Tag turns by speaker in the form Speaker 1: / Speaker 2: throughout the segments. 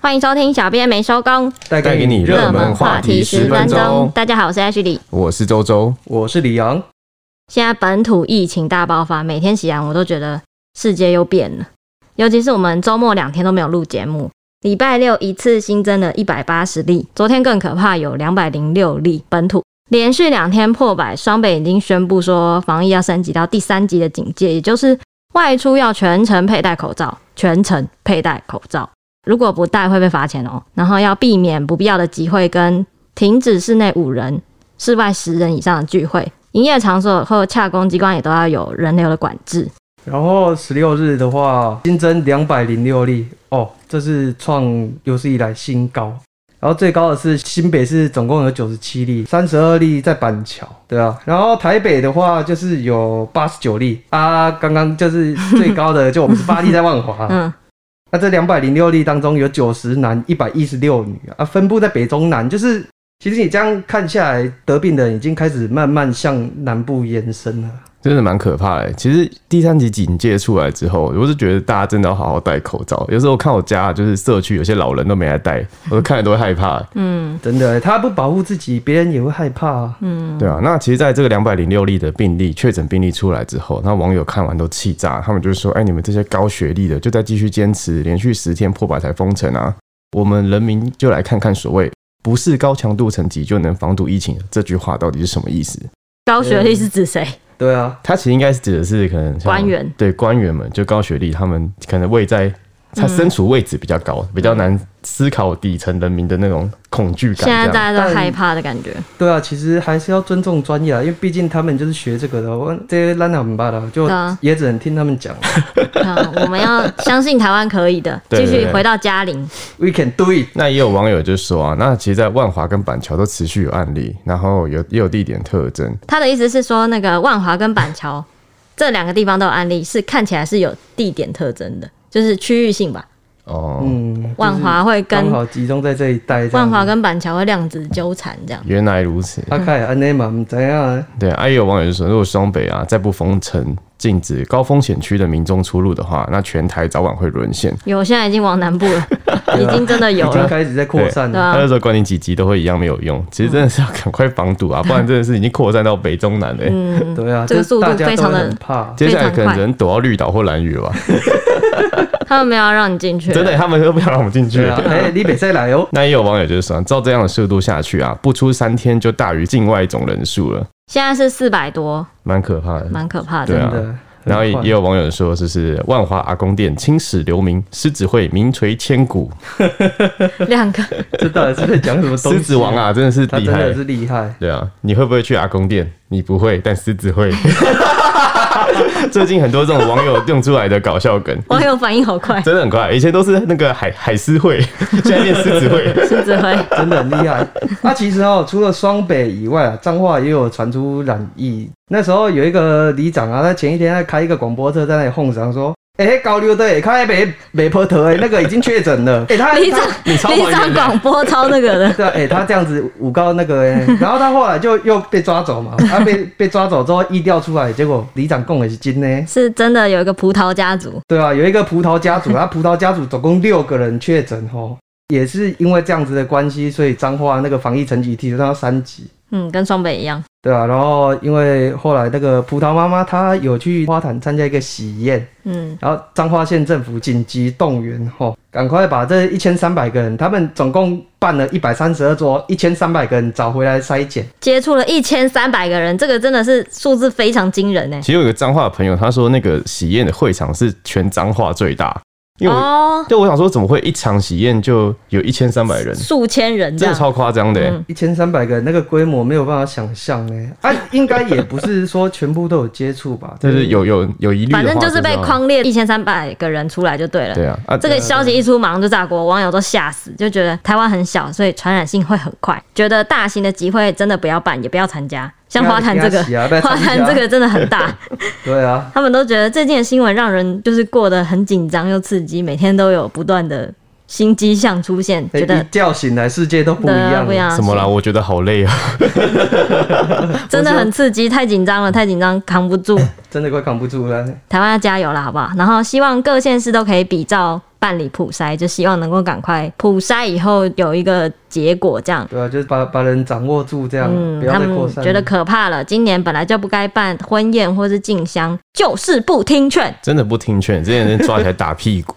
Speaker 1: 欢迎收听《小编没收工》，
Speaker 2: 带
Speaker 3: 带给你热门话题十分钟。
Speaker 1: 大家好，我是 H 李。
Speaker 3: 我是周周，
Speaker 2: 我是李阳，
Speaker 1: 现在本土疫情大爆发，每天洗完我都觉得世界又变了。尤其是我们周末两天都没有录节目，礼拜六一次新增了一百八十例，昨天更可怕，有两百零六例本土，连续两天破百。双北已经宣布说防疫要升级到第三级的警戒，也就是外出要全程佩戴口罩，全程佩戴口罩，如果不戴会被罚钱哦。然后要避免不必要的集会跟停止室内五人、室外十人以上的聚会，营业场所或洽公机关也都要有人流的管制。
Speaker 2: 然后十六日的话，新增两百零六例哦，这是创有史以来新高。然后最高的是新北市，总共有九十七例，三十二例在板桥，对啊。然后台北的话就是有八十九例啊，刚刚就是最高的就五十八例在万
Speaker 3: 啊
Speaker 2: 华。
Speaker 1: 嗯，
Speaker 2: 那这两百零六例当中有九十男，一百一十六女啊，分布在北中南。就是其实你这样看下来，得病的人已经开始慢慢向南部延伸了。
Speaker 3: 真的蛮可怕的。其实第三级警戒出来之后，我是觉得大家真的要好好戴口罩。有时候看我家就是社区有些老人都没来戴，我都看了都会害怕。
Speaker 1: 嗯
Speaker 2: 真的欸，他不保护自己，别人也会害怕啊。
Speaker 3: 对啊，那其实在这个两百零六例的病例确诊病例出来之后，那网友看完都气炸，他们就说：“哎，你们这些高学历的，就再继续坚持，连续十天破百才封城啊！我们人民就来看看所谓不是高强度层级就能防堵疫情的这句话到底是什么意思。”
Speaker 1: 高学历是指谁？
Speaker 2: 对啊，
Speaker 3: 他其实应该是指的是可能像
Speaker 1: 官员
Speaker 3: 对官员们，就高学历，他们可能位在他身处位置比较高，
Speaker 1: 嗯
Speaker 3: 比较难思考底层人民的那种恐惧感。
Speaker 1: 现在
Speaker 3: 这样
Speaker 1: 大家都害怕的感觉。
Speaker 2: 对啊，其实还是要尊重专业啊，因为毕竟他们就是学这个的，我这些烂很巴的，就
Speaker 1: 对啊
Speaker 2: 也只能听他们讲。
Speaker 1: 嗯，我们要相信台湾可以的，
Speaker 3: 对
Speaker 1: 继
Speaker 3: 对
Speaker 1: 续
Speaker 3: 对
Speaker 1: 回到嘉陵。
Speaker 2: We can do it。
Speaker 3: 那也有网友就说啊，那其实，在万华跟板桥都持续有案例，然后有也有地点特征，
Speaker 1: 他的意思是说，那个万华跟板桥这两个地方都有案例，是看起来是有地点特征的，就是区域性吧。
Speaker 3: 哦，
Speaker 2: 嗯，就是
Speaker 1: 万华会
Speaker 2: 刚
Speaker 1: 跟
Speaker 2: 好集中在这一带这样子。
Speaker 1: 万华跟板桥会量子纠缠这样。
Speaker 3: 原来如此。
Speaker 2: 阿凯安内嘛，怎样啊？
Speaker 3: 对，啊，也有网友就说，如果双北啊再不封城，禁止高风险区的民众出入的话，那全台早晚会沦陷。
Speaker 1: 有，现在已经往南部了， 已经真的有
Speaker 2: 已经
Speaker 1: 了。
Speaker 2: 开始在扩散
Speaker 1: 对
Speaker 2: 了。
Speaker 1: 啊
Speaker 3: 他，那时候管你几级都会一样没有用，其实真的是要赶快防堵啊，不然真的是已经扩散到北中南了、欸。
Speaker 1: 嗯，
Speaker 2: 对啊，
Speaker 1: 这个
Speaker 2: 就是
Speaker 1: 速度
Speaker 2: 大家
Speaker 1: 非常
Speaker 2: 都
Speaker 1: 的
Speaker 2: 很怕。
Speaker 3: 接下来
Speaker 1: 非
Speaker 3: 可
Speaker 1: 常快
Speaker 3: 能只能躲到绿岛或蓝屿了吧？
Speaker 1: 他们没有要让你进去，
Speaker 3: 真的，他们都不想让我们进去
Speaker 2: 对啊，哎，你北再来哦。
Speaker 3: 那也有网友就是说，照这样的速度下去啊，不出三天就大于境外总人数了，
Speaker 1: 现在是四百多，
Speaker 3: 蛮可怕的。
Speaker 1: 蛮可怕
Speaker 3: 对
Speaker 1: 的。
Speaker 3: 啊
Speaker 2: 真的。
Speaker 3: 然后也
Speaker 2: 很快
Speaker 3: 也有网友说，就是万华阿公殿青史留名，狮子会名垂千古，
Speaker 1: 两个
Speaker 2: 这到底是在讲什么东西？
Speaker 3: 狮子王，啊，真的是
Speaker 2: 他
Speaker 3: 厉
Speaker 2: 真的
Speaker 3: 害。
Speaker 2: 是厉害。
Speaker 3: 对啊，你会不会去阿公殿？你不会，但狮 子会。 最近很多这种网友用出来的搞笑梗，
Speaker 1: 网友反应好快，
Speaker 3: 真的很快。以前都是那个海海狮会， 现在变狮子会。
Speaker 1: 狮子会
Speaker 2: 真的很厉害。 那、其实哦，除了双北以外啊，彰化也有传出染疫。那时候有一个里长啊，他前一天在开一个广播车，在那里哄上说：“哎、高流的、欸，看北北坡头哎，那个已经确诊了。哎、 他
Speaker 1: 李长
Speaker 2: 他
Speaker 3: 你超
Speaker 1: 李
Speaker 3: 还
Speaker 1: 长
Speaker 3: 原的。
Speaker 1: 广播超那个的，
Speaker 2: 对啊，哎、他这样子五高那个、欸， 然后他后来就又被抓走嘛。他、被被抓走之后，疫调出来，结果里长供也是金呢、
Speaker 1: 是真的有一个葡萄家族，
Speaker 2: 对啊，有一个葡萄家族，他葡萄家族总共六个人确诊哦，也是因为这样子的关系，所以彰化那个防疫层级提升到三级。
Speaker 1: 嗯，跟双北一样，
Speaker 2: 对啊，然后因为后来那个葡萄妈妈她有去花坛参加一个喜宴，
Speaker 1: 嗯，
Speaker 2: 然后彰化县政府紧急动员，吼，赶快把这一千三百个人，他们总共办了一百三十二桌，一千三百个人找回来筛检。
Speaker 1: 接触了一千三百个人，这个真的是数字非常惊人欸呢。
Speaker 3: 其实有一个彰化的朋友，他说那个喜宴的会场是全彰化最大，因为我、
Speaker 1: 哦，
Speaker 3: 就我想说，怎么会一场喜宴就有一千三百人？
Speaker 1: 数千人这
Speaker 3: 真的
Speaker 1: 样，
Speaker 3: 超夸张的、欸
Speaker 1: 啊嗯
Speaker 2: 一千三百个人那个规模没有办法想象呢，啊，应该也不是说全部都有接触吧，
Speaker 3: 就是有有有疑虑的话
Speaker 1: 反正就是被
Speaker 3: 知道
Speaker 1: 框列一千三百个人出来就对了。
Speaker 3: 对啊啊，
Speaker 1: 这个消息一出，马上就炸锅，网友都吓死，就觉得台湾很小，所以传染性会很快。觉得大型的集会真的不要办，也不要参加。像花坛这个
Speaker 3: 啊
Speaker 2: 不要啊不要，参
Speaker 1: 花
Speaker 2: 加
Speaker 1: 坛这个真的很大，
Speaker 2: 对啊，
Speaker 1: 他们都觉得最近的新闻让人就是过得很紧张又刺激，每天都有不断的新迹象出现，觉
Speaker 2: 哎一
Speaker 1: 得
Speaker 2: 觉醒来世界都不一
Speaker 1: 的
Speaker 2: 样
Speaker 1: 不
Speaker 2: 了
Speaker 1: 一。样，
Speaker 3: 什么啦？我觉得好累啊，
Speaker 1: 真的很刺激，太紧张了，太紧张，扛不住。
Speaker 2: 真的快扛不住了。
Speaker 1: 台湾要加油啦，好不好？然后希望各县市都可以比照办理普筛，就希望能够赶快普筛以后有一个结果，这样。
Speaker 2: 对啊，就是把把人掌握住这样，
Speaker 1: 嗯，
Speaker 2: 不要
Speaker 1: 他
Speaker 2: 再
Speaker 1: 们
Speaker 2: 扩散。
Speaker 1: 觉得可怕了。今年本来就不该办婚宴或是进香，就是不听劝。
Speaker 3: 真的不听劝，这些人抓起来打屁股，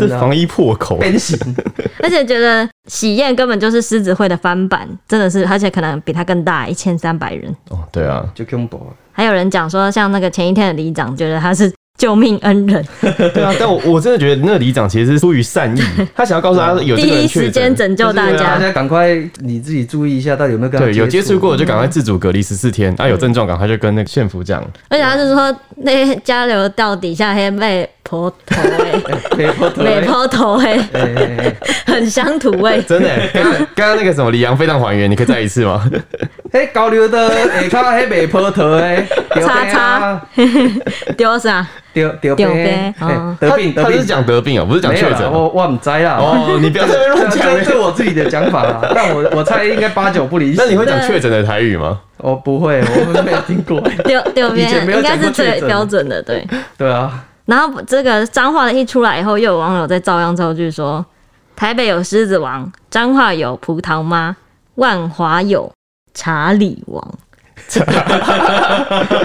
Speaker 2: 真的啊
Speaker 3: 防疫破口。
Speaker 2: 鞭刑，
Speaker 1: 而且觉得喜宴根本就是狮子会的翻版，真的是，而且可能比它更大，一千三百人。
Speaker 3: 哦，对啊，
Speaker 2: 就 combo 了。
Speaker 1: 还有人讲说，像那个前一天的里长，觉得他是救命恩人，
Speaker 3: 对啊，但我我真的觉得那个里长其实是出于 善意，他想要告诉大家有这个
Speaker 1: 第
Speaker 3: 人
Speaker 1: 一
Speaker 3: 确
Speaker 1: 时
Speaker 3: 诊
Speaker 1: 间拯救 大
Speaker 3: 对啊
Speaker 2: 大
Speaker 1: 家。
Speaker 2: 家赶快你自己注意一下，到底有没有跟他
Speaker 3: 对，有接触
Speaker 2: 触
Speaker 3: 过的就赶快自主隔离十四天，啊，有症状赶快就跟那个县府讲，
Speaker 1: 而且他就说，那些家流到底下黑妹婆头哎、
Speaker 2: 没破头，
Speaker 1: 美婆头哎、
Speaker 2: 哎哎哎
Speaker 1: 很乡土味、
Speaker 3: 真的欸，刚刚刚刚那个什么李阳非常还原，你可以再一次吗？
Speaker 2: 嘿，高流的下骹嘿没破头诶，得
Speaker 1: 叉
Speaker 2: 病啊，
Speaker 1: 丢啥？
Speaker 2: 得得
Speaker 1: 丢
Speaker 2: 病
Speaker 1: 呗
Speaker 2: 嘿
Speaker 1: 哦
Speaker 2: 得病
Speaker 3: 他
Speaker 2: 得
Speaker 3: 他是
Speaker 2: 病，
Speaker 3: 讲得病哦，不是讲
Speaker 2: 没
Speaker 3: 确
Speaker 2: 有
Speaker 3: 诊
Speaker 2: 啦，
Speaker 3: 哦。
Speaker 2: 我我唔知啦。 啊
Speaker 3: 哦，你不要在那边
Speaker 2: 这
Speaker 3: 乱
Speaker 2: 这
Speaker 3: 讲欸。
Speaker 2: 是我自己的讲法啦，但我我猜应该八九不离十
Speaker 3: 那。你会讲确诊的台语吗？
Speaker 2: 我不会，我没有听过。
Speaker 1: 丢丢
Speaker 2: 以
Speaker 1: 边
Speaker 2: 前没有
Speaker 1: 应该
Speaker 2: 讲过
Speaker 1: 是
Speaker 2: 确
Speaker 1: 最
Speaker 2: 诊
Speaker 1: 标准的，对。
Speaker 2: 对啊，
Speaker 1: 然后这个脏话的一出来以后，又有网友在照样造句说：台北有狮子王，彰化有葡萄妈，万华有查理王。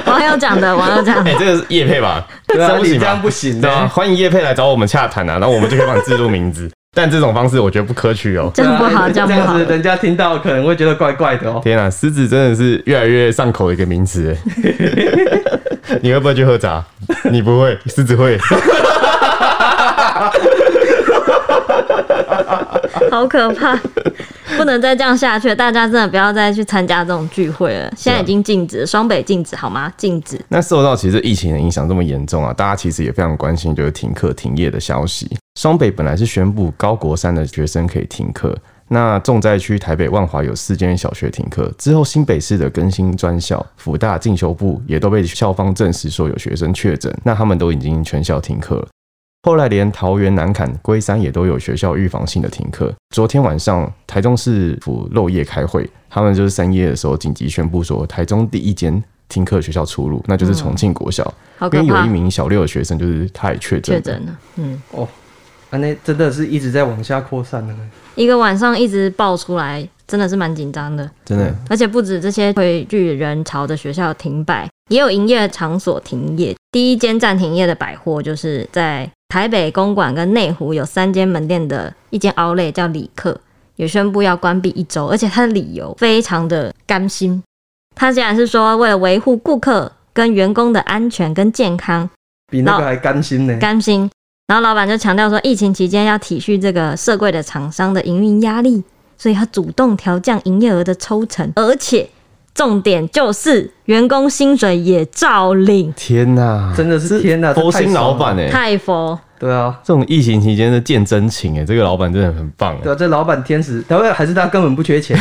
Speaker 1: 网友讲的，网友讲的
Speaker 3: 哎，，这个是叶配吧？
Speaker 2: 对啊，
Speaker 3: 样不
Speaker 2: 你
Speaker 3: 行
Speaker 2: 这样
Speaker 3: 吧？
Speaker 2: 不行
Speaker 3: 对啊，
Speaker 2: 的。
Speaker 3: 欢迎叶配来找我们洽谈啊，然后我们就可以帮你记录名字。 但这种方式我觉得不可取哦。
Speaker 1: 这样不好，这
Speaker 2: 啊这
Speaker 1: 样不
Speaker 2: 样
Speaker 1: 好
Speaker 2: 子。人家听到可能会觉得怪怪的哦。
Speaker 3: 天啊，狮子真的是越来越上口的一个名词欸。你会不会去喝茶？你不会，狮子会。
Speaker 1: 好可怕！不能再这样下去了，大家真的不要再去参加这种聚会了。现在已经禁止，双北禁止好吗？禁止。
Speaker 3: 那受到其实疫情的影响这么严重啊，大家其实也非常关心就是停课停业的消息。双北本来是宣布高国三的学生可以停课，那重灾区台北万华有四间小学停课，之后新北市的更新专校、辅大进修部也都被校方证实说有学生确诊，那他们都已经全校停课了。后来连桃园南坎、龟山也都有学校预防性的停课。昨天晚上，台中市府漏夜开会，他们就是深夜的时候紧急宣布说，台中第一间停课学校出炉，那就是重庆国小，
Speaker 1: 嗯好可
Speaker 3: 因为有
Speaker 1: 怕
Speaker 3: 一！名小六的学生就是他也确诊
Speaker 1: 确
Speaker 3: 了，
Speaker 1: 诊了，嗯，
Speaker 2: 啊，那真的是一直在往下扩散的呢。
Speaker 1: 一个晚上一直爆出来，真的是蛮紧张的。
Speaker 3: 真的
Speaker 1: 而且不止这些汇聚人潮的学校停摆，也有营业场所停业。第一间暂停业的百货就是在台北公馆跟内湖有三间门店的一间 Outlet 叫李克，也宣布要关闭一周，而且它的理由非常的甘心，他竟然是说为了维护顾客跟员工的安全跟健康，
Speaker 2: 比那个还甘心呢。
Speaker 1: 甘心。然后老板就强调说，疫情期间要体恤这个社会的厂商的营运压力，所以他主动调降营业额的抽成，而且重点就是员工薪水也照领，
Speaker 3: 天哪、
Speaker 2: 真的是天哪
Speaker 3: 佛
Speaker 2: 这太
Speaker 3: 心
Speaker 2: 爽
Speaker 3: 老
Speaker 2: 了
Speaker 3: 板哎、
Speaker 1: 太佛
Speaker 2: 对啊，
Speaker 3: 这种疫情期间的见真情哎、这个老板真的很棒、
Speaker 2: 对
Speaker 3: 欸。
Speaker 2: 啊，这老板天使，他会还是他根本不缺钱。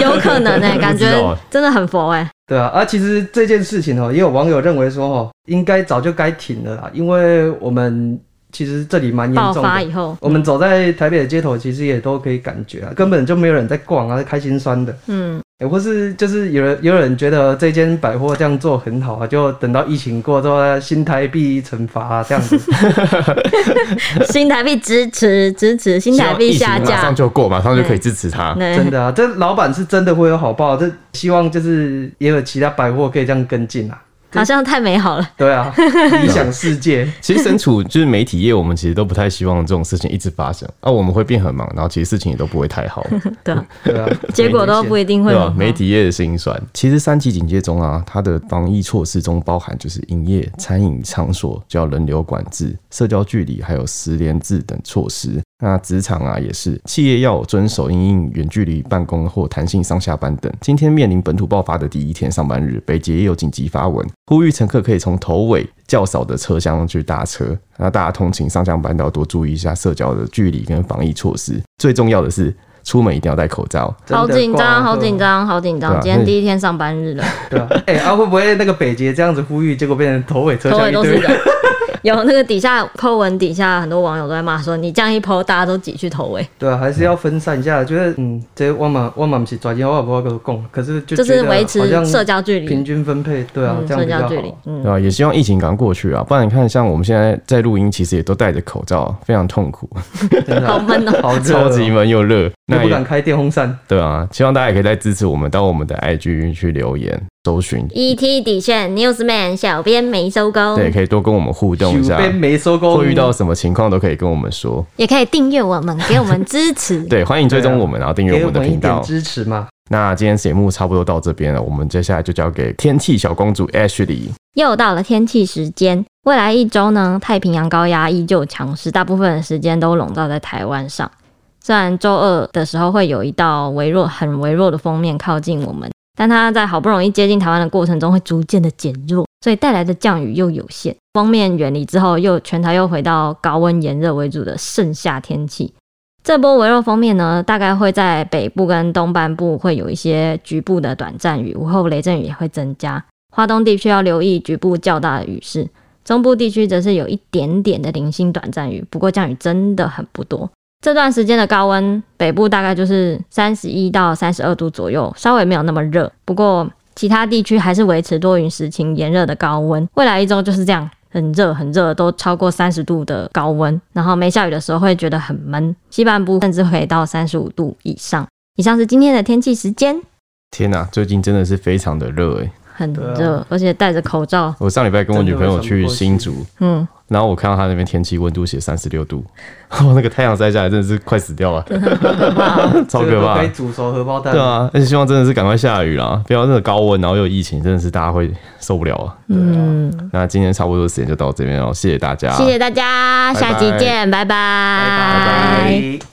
Speaker 1: 有可能 哎、感
Speaker 3: 不知道
Speaker 1: 觉
Speaker 3: 啊
Speaker 1: 真的很佛哎、
Speaker 2: 对啊，啊，其实这件事情哦，也有网友认为说哦，应该早就该停了啦，因为我们其实这里蛮
Speaker 1: 爆
Speaker 2: 严重
Speaker 1: 发
Speaker 2: 的。
Speaker 1: 以后，
Speaker 2: 我们走在台北的街头，其实也都可以感觉啊，根本就没有人在逛啊，在开心酸的。
Speaker 1: 嗯，
Speaker 2: 诶欸或是就是有人有人觉得这间百货这样做很好啊，就等到疫情过之后，新台币惩罚啊这 样子。
Speaker 1: 新台币支持支持，新
Speaker 3: 希
Speaker 1: 台
Speaker 3: 望
Speaker 1: 币
Speaker 3: 疫情
Speaker 1: 下
Speaker 3: 马
Speaker 1: 架
Speaker 3: 上，就过，马上就可以支持他。
Speaker 1: 对
Speaker 2: 真，的啊，这老板是真的会有好报，这希望就是也有其他百货可以这样跟进啊。
Speaker 1: 好像太美好了。
Speaker 2: 对啊，理想世界，
Speaker 3: 其实身处就是媒体业，我们其实都不太希望这种事情一直发生啊，我们会变很忙，然后其实事情也都不会太好，
Speaker 1: 对啊，
Speaker 2: 对啊，
Speaker 1: 结果都不一定会
Speaker 3: 对
Speaker 1: 很
Speaker 3: 吧、
Speaker 1: 好。
Speaker 3: 媒体业的辛酸。其实三级警戒中啊，它的防疫措施中包含就是营业、餐饮场所就要人流管制、社交距离，还有十连制等措施。那职场啊也是，企业要有遵守因应远距离办公或弹性上下班等。今天面临本土爆发的第一天上班日，北捷也有紧急发文，呼吁乘客可以从头尾较少的车厢去搭车。那大家通勤上下班都要多注意一下社交的距离跟防疫措施。最重要的是，出门一定要戴口罩。
Speaker 2: 真的
Speaker 1: 好紧
Speaker 2: 挂
Speaker 1: 张，
Speaker 2: 啊
Speaker 1: 好紧。张，好紧
Speaker 3: 对
Speaker 1: 张！
Speaker 3: 啊
Speaker 1: 今天第一天上班日了，
Speaker 2: 欸啊对啊，哎、啊会不会那个北捷这样子呼吁，结果变成头尾车
Speaker 1: 头
Speaker 2: 厢
Speaker 1: 尾
Speaker 2: 一
Speaker 1: 都是
Speaker 2: 堆？
Speaker 1: 人，有那个底下 po 文底下很多网友都在骂说，你这样一 po，大家都挤去投喂，
Speaker 2: 对啊，还是要分散一下。就是嗯，这我嘛我嘛不是专业，我也不会跟供，啊可是就
Speaker 1: 就
Speaker 2: 觉
Speaker 1: 是
Speaker 2: 得
Speaker 1: 维持
Speaker 2: 好像
Speaker 1: 社交距离
Speaker 2: 平，均分配，对啊，
Speaker 1: 嗯，
Speaker 2: 这样
Speaker 1: 社
Speaker 2: 比较
Speaker 1: 交距离
Speaker 2: 好。，
Speaker 1: 嗯
Speaker 3: 对，吧、也希望疫情赶快过去啊，不然你看，像我们现在在录音，其实也都戴着口罩，非常 痛苦，
Speaker 2: 真的
Speaker 1: 好
Speaker 2: 啊
Speaker 1: 闷哦。
Speaker 2: 好热哦，
Speaker 3: 超级闷又热。
Speaker 2: 又
Speaker 3: 那
Speaker 2: 不敢
Speaker 3: 也
Speaker 2: 开电风扇。
Speaker 3: 对啊，希望大家也可以再支持我们，到我们的 IG 去留言搜寻，
Speaker 1: ET E 底线 Newsman 小编没收
Speaker 2: 嗯
Speaker 1: 工，
Speaker 3: 对，可以多跟我们互动一
Speaker 2: 九
Speaker 3: 下，
Speaker 2: 边没收工，
Speaker 3: 会遇到什么情况都可以跟我们说。
Speaker 1: 也可以订阅我们，给我们支持。
Speaker 3: 对，欢迎追踪我们，然后订阅
Speaker 2: 给
Speaker 3: 我
Speaker 2: 我
Speaker 3: 们的
Speaker 2: 们一
Speaker 3: 频
Speaker 2: 点
Speaker 3: 道。
Speaker 2: 支持嘛。
Speaker 3: 那今天节目差不多到这边了，我们接下来就交给天气小公主 Ashley。
Speaker 1: 又到了天气时间，未来一周呢，太平洋高压依旧强势，大部分的时间都笼罩在台湾上。虽然周二的时候会有一道微弱、很微弱的封面靠近我们，但它在好不容易接近台湾的过程中会逐渐的减弱，所以带来的降雨又有限。封面远离之后，又全台又回到高温炎热为主的盛夏天气。这波微弱封面呢，大概会在北部跟东半部会有一些局部的短暂雨，午后雷阵雨也会增加。华东地区要留意局部较大的雨势，中部地区则是有一点点的零星短暂雨，不过降雨真的很不多。这段时间的高温，北部大概就是三十一到三十二度左右，稍微没有那么热，不过其他地区还是维持多云时晴、炎热的高温。未来一周就是这样，很热很热，都超过三十度的高温，然后没下雨的时候会觉得很闷，西半部甚至可以到三十五度以上。以上是今天的天气时间，
Speaker 3: 天呐、最近真的是非常的热诶、
Speaker 1: 很
Speaker 2: 对啊
Speaker 1: 热，而且戴着口罩，
Speaker 3: 我上礼拜跟我女朋友去新
Speaker 2: 真
Speaker 3: 竹，
Speaker 1: 嗯，
Speaker 3: 然后我看到她那边天气温度写三十六度， 哦，那个太阳晒下来真的是快死掉了， 超
Speaker 2: 这
Speaker 3: 可
Speaker 2: 个都
Speaker 3: 怕
Speaker 2: 可以。煮熟荷包蛋。
Speaker 3: 对啊，而且希望真的是赶快下雨啦，不要那个高温，然后又有疫情，真的是大家会受不了啊。
Speaker 1: 嗯，
Speaker 3: 那今天差不多时间就到这边哦，谢谢大家，
Speaker 1: 谢谢大家，
Speaker 3: 拜
Speaker 1: 下期
Speaker 3: 拜
Speaker 1: 见，拜拜
Speaker 2: 拜拜。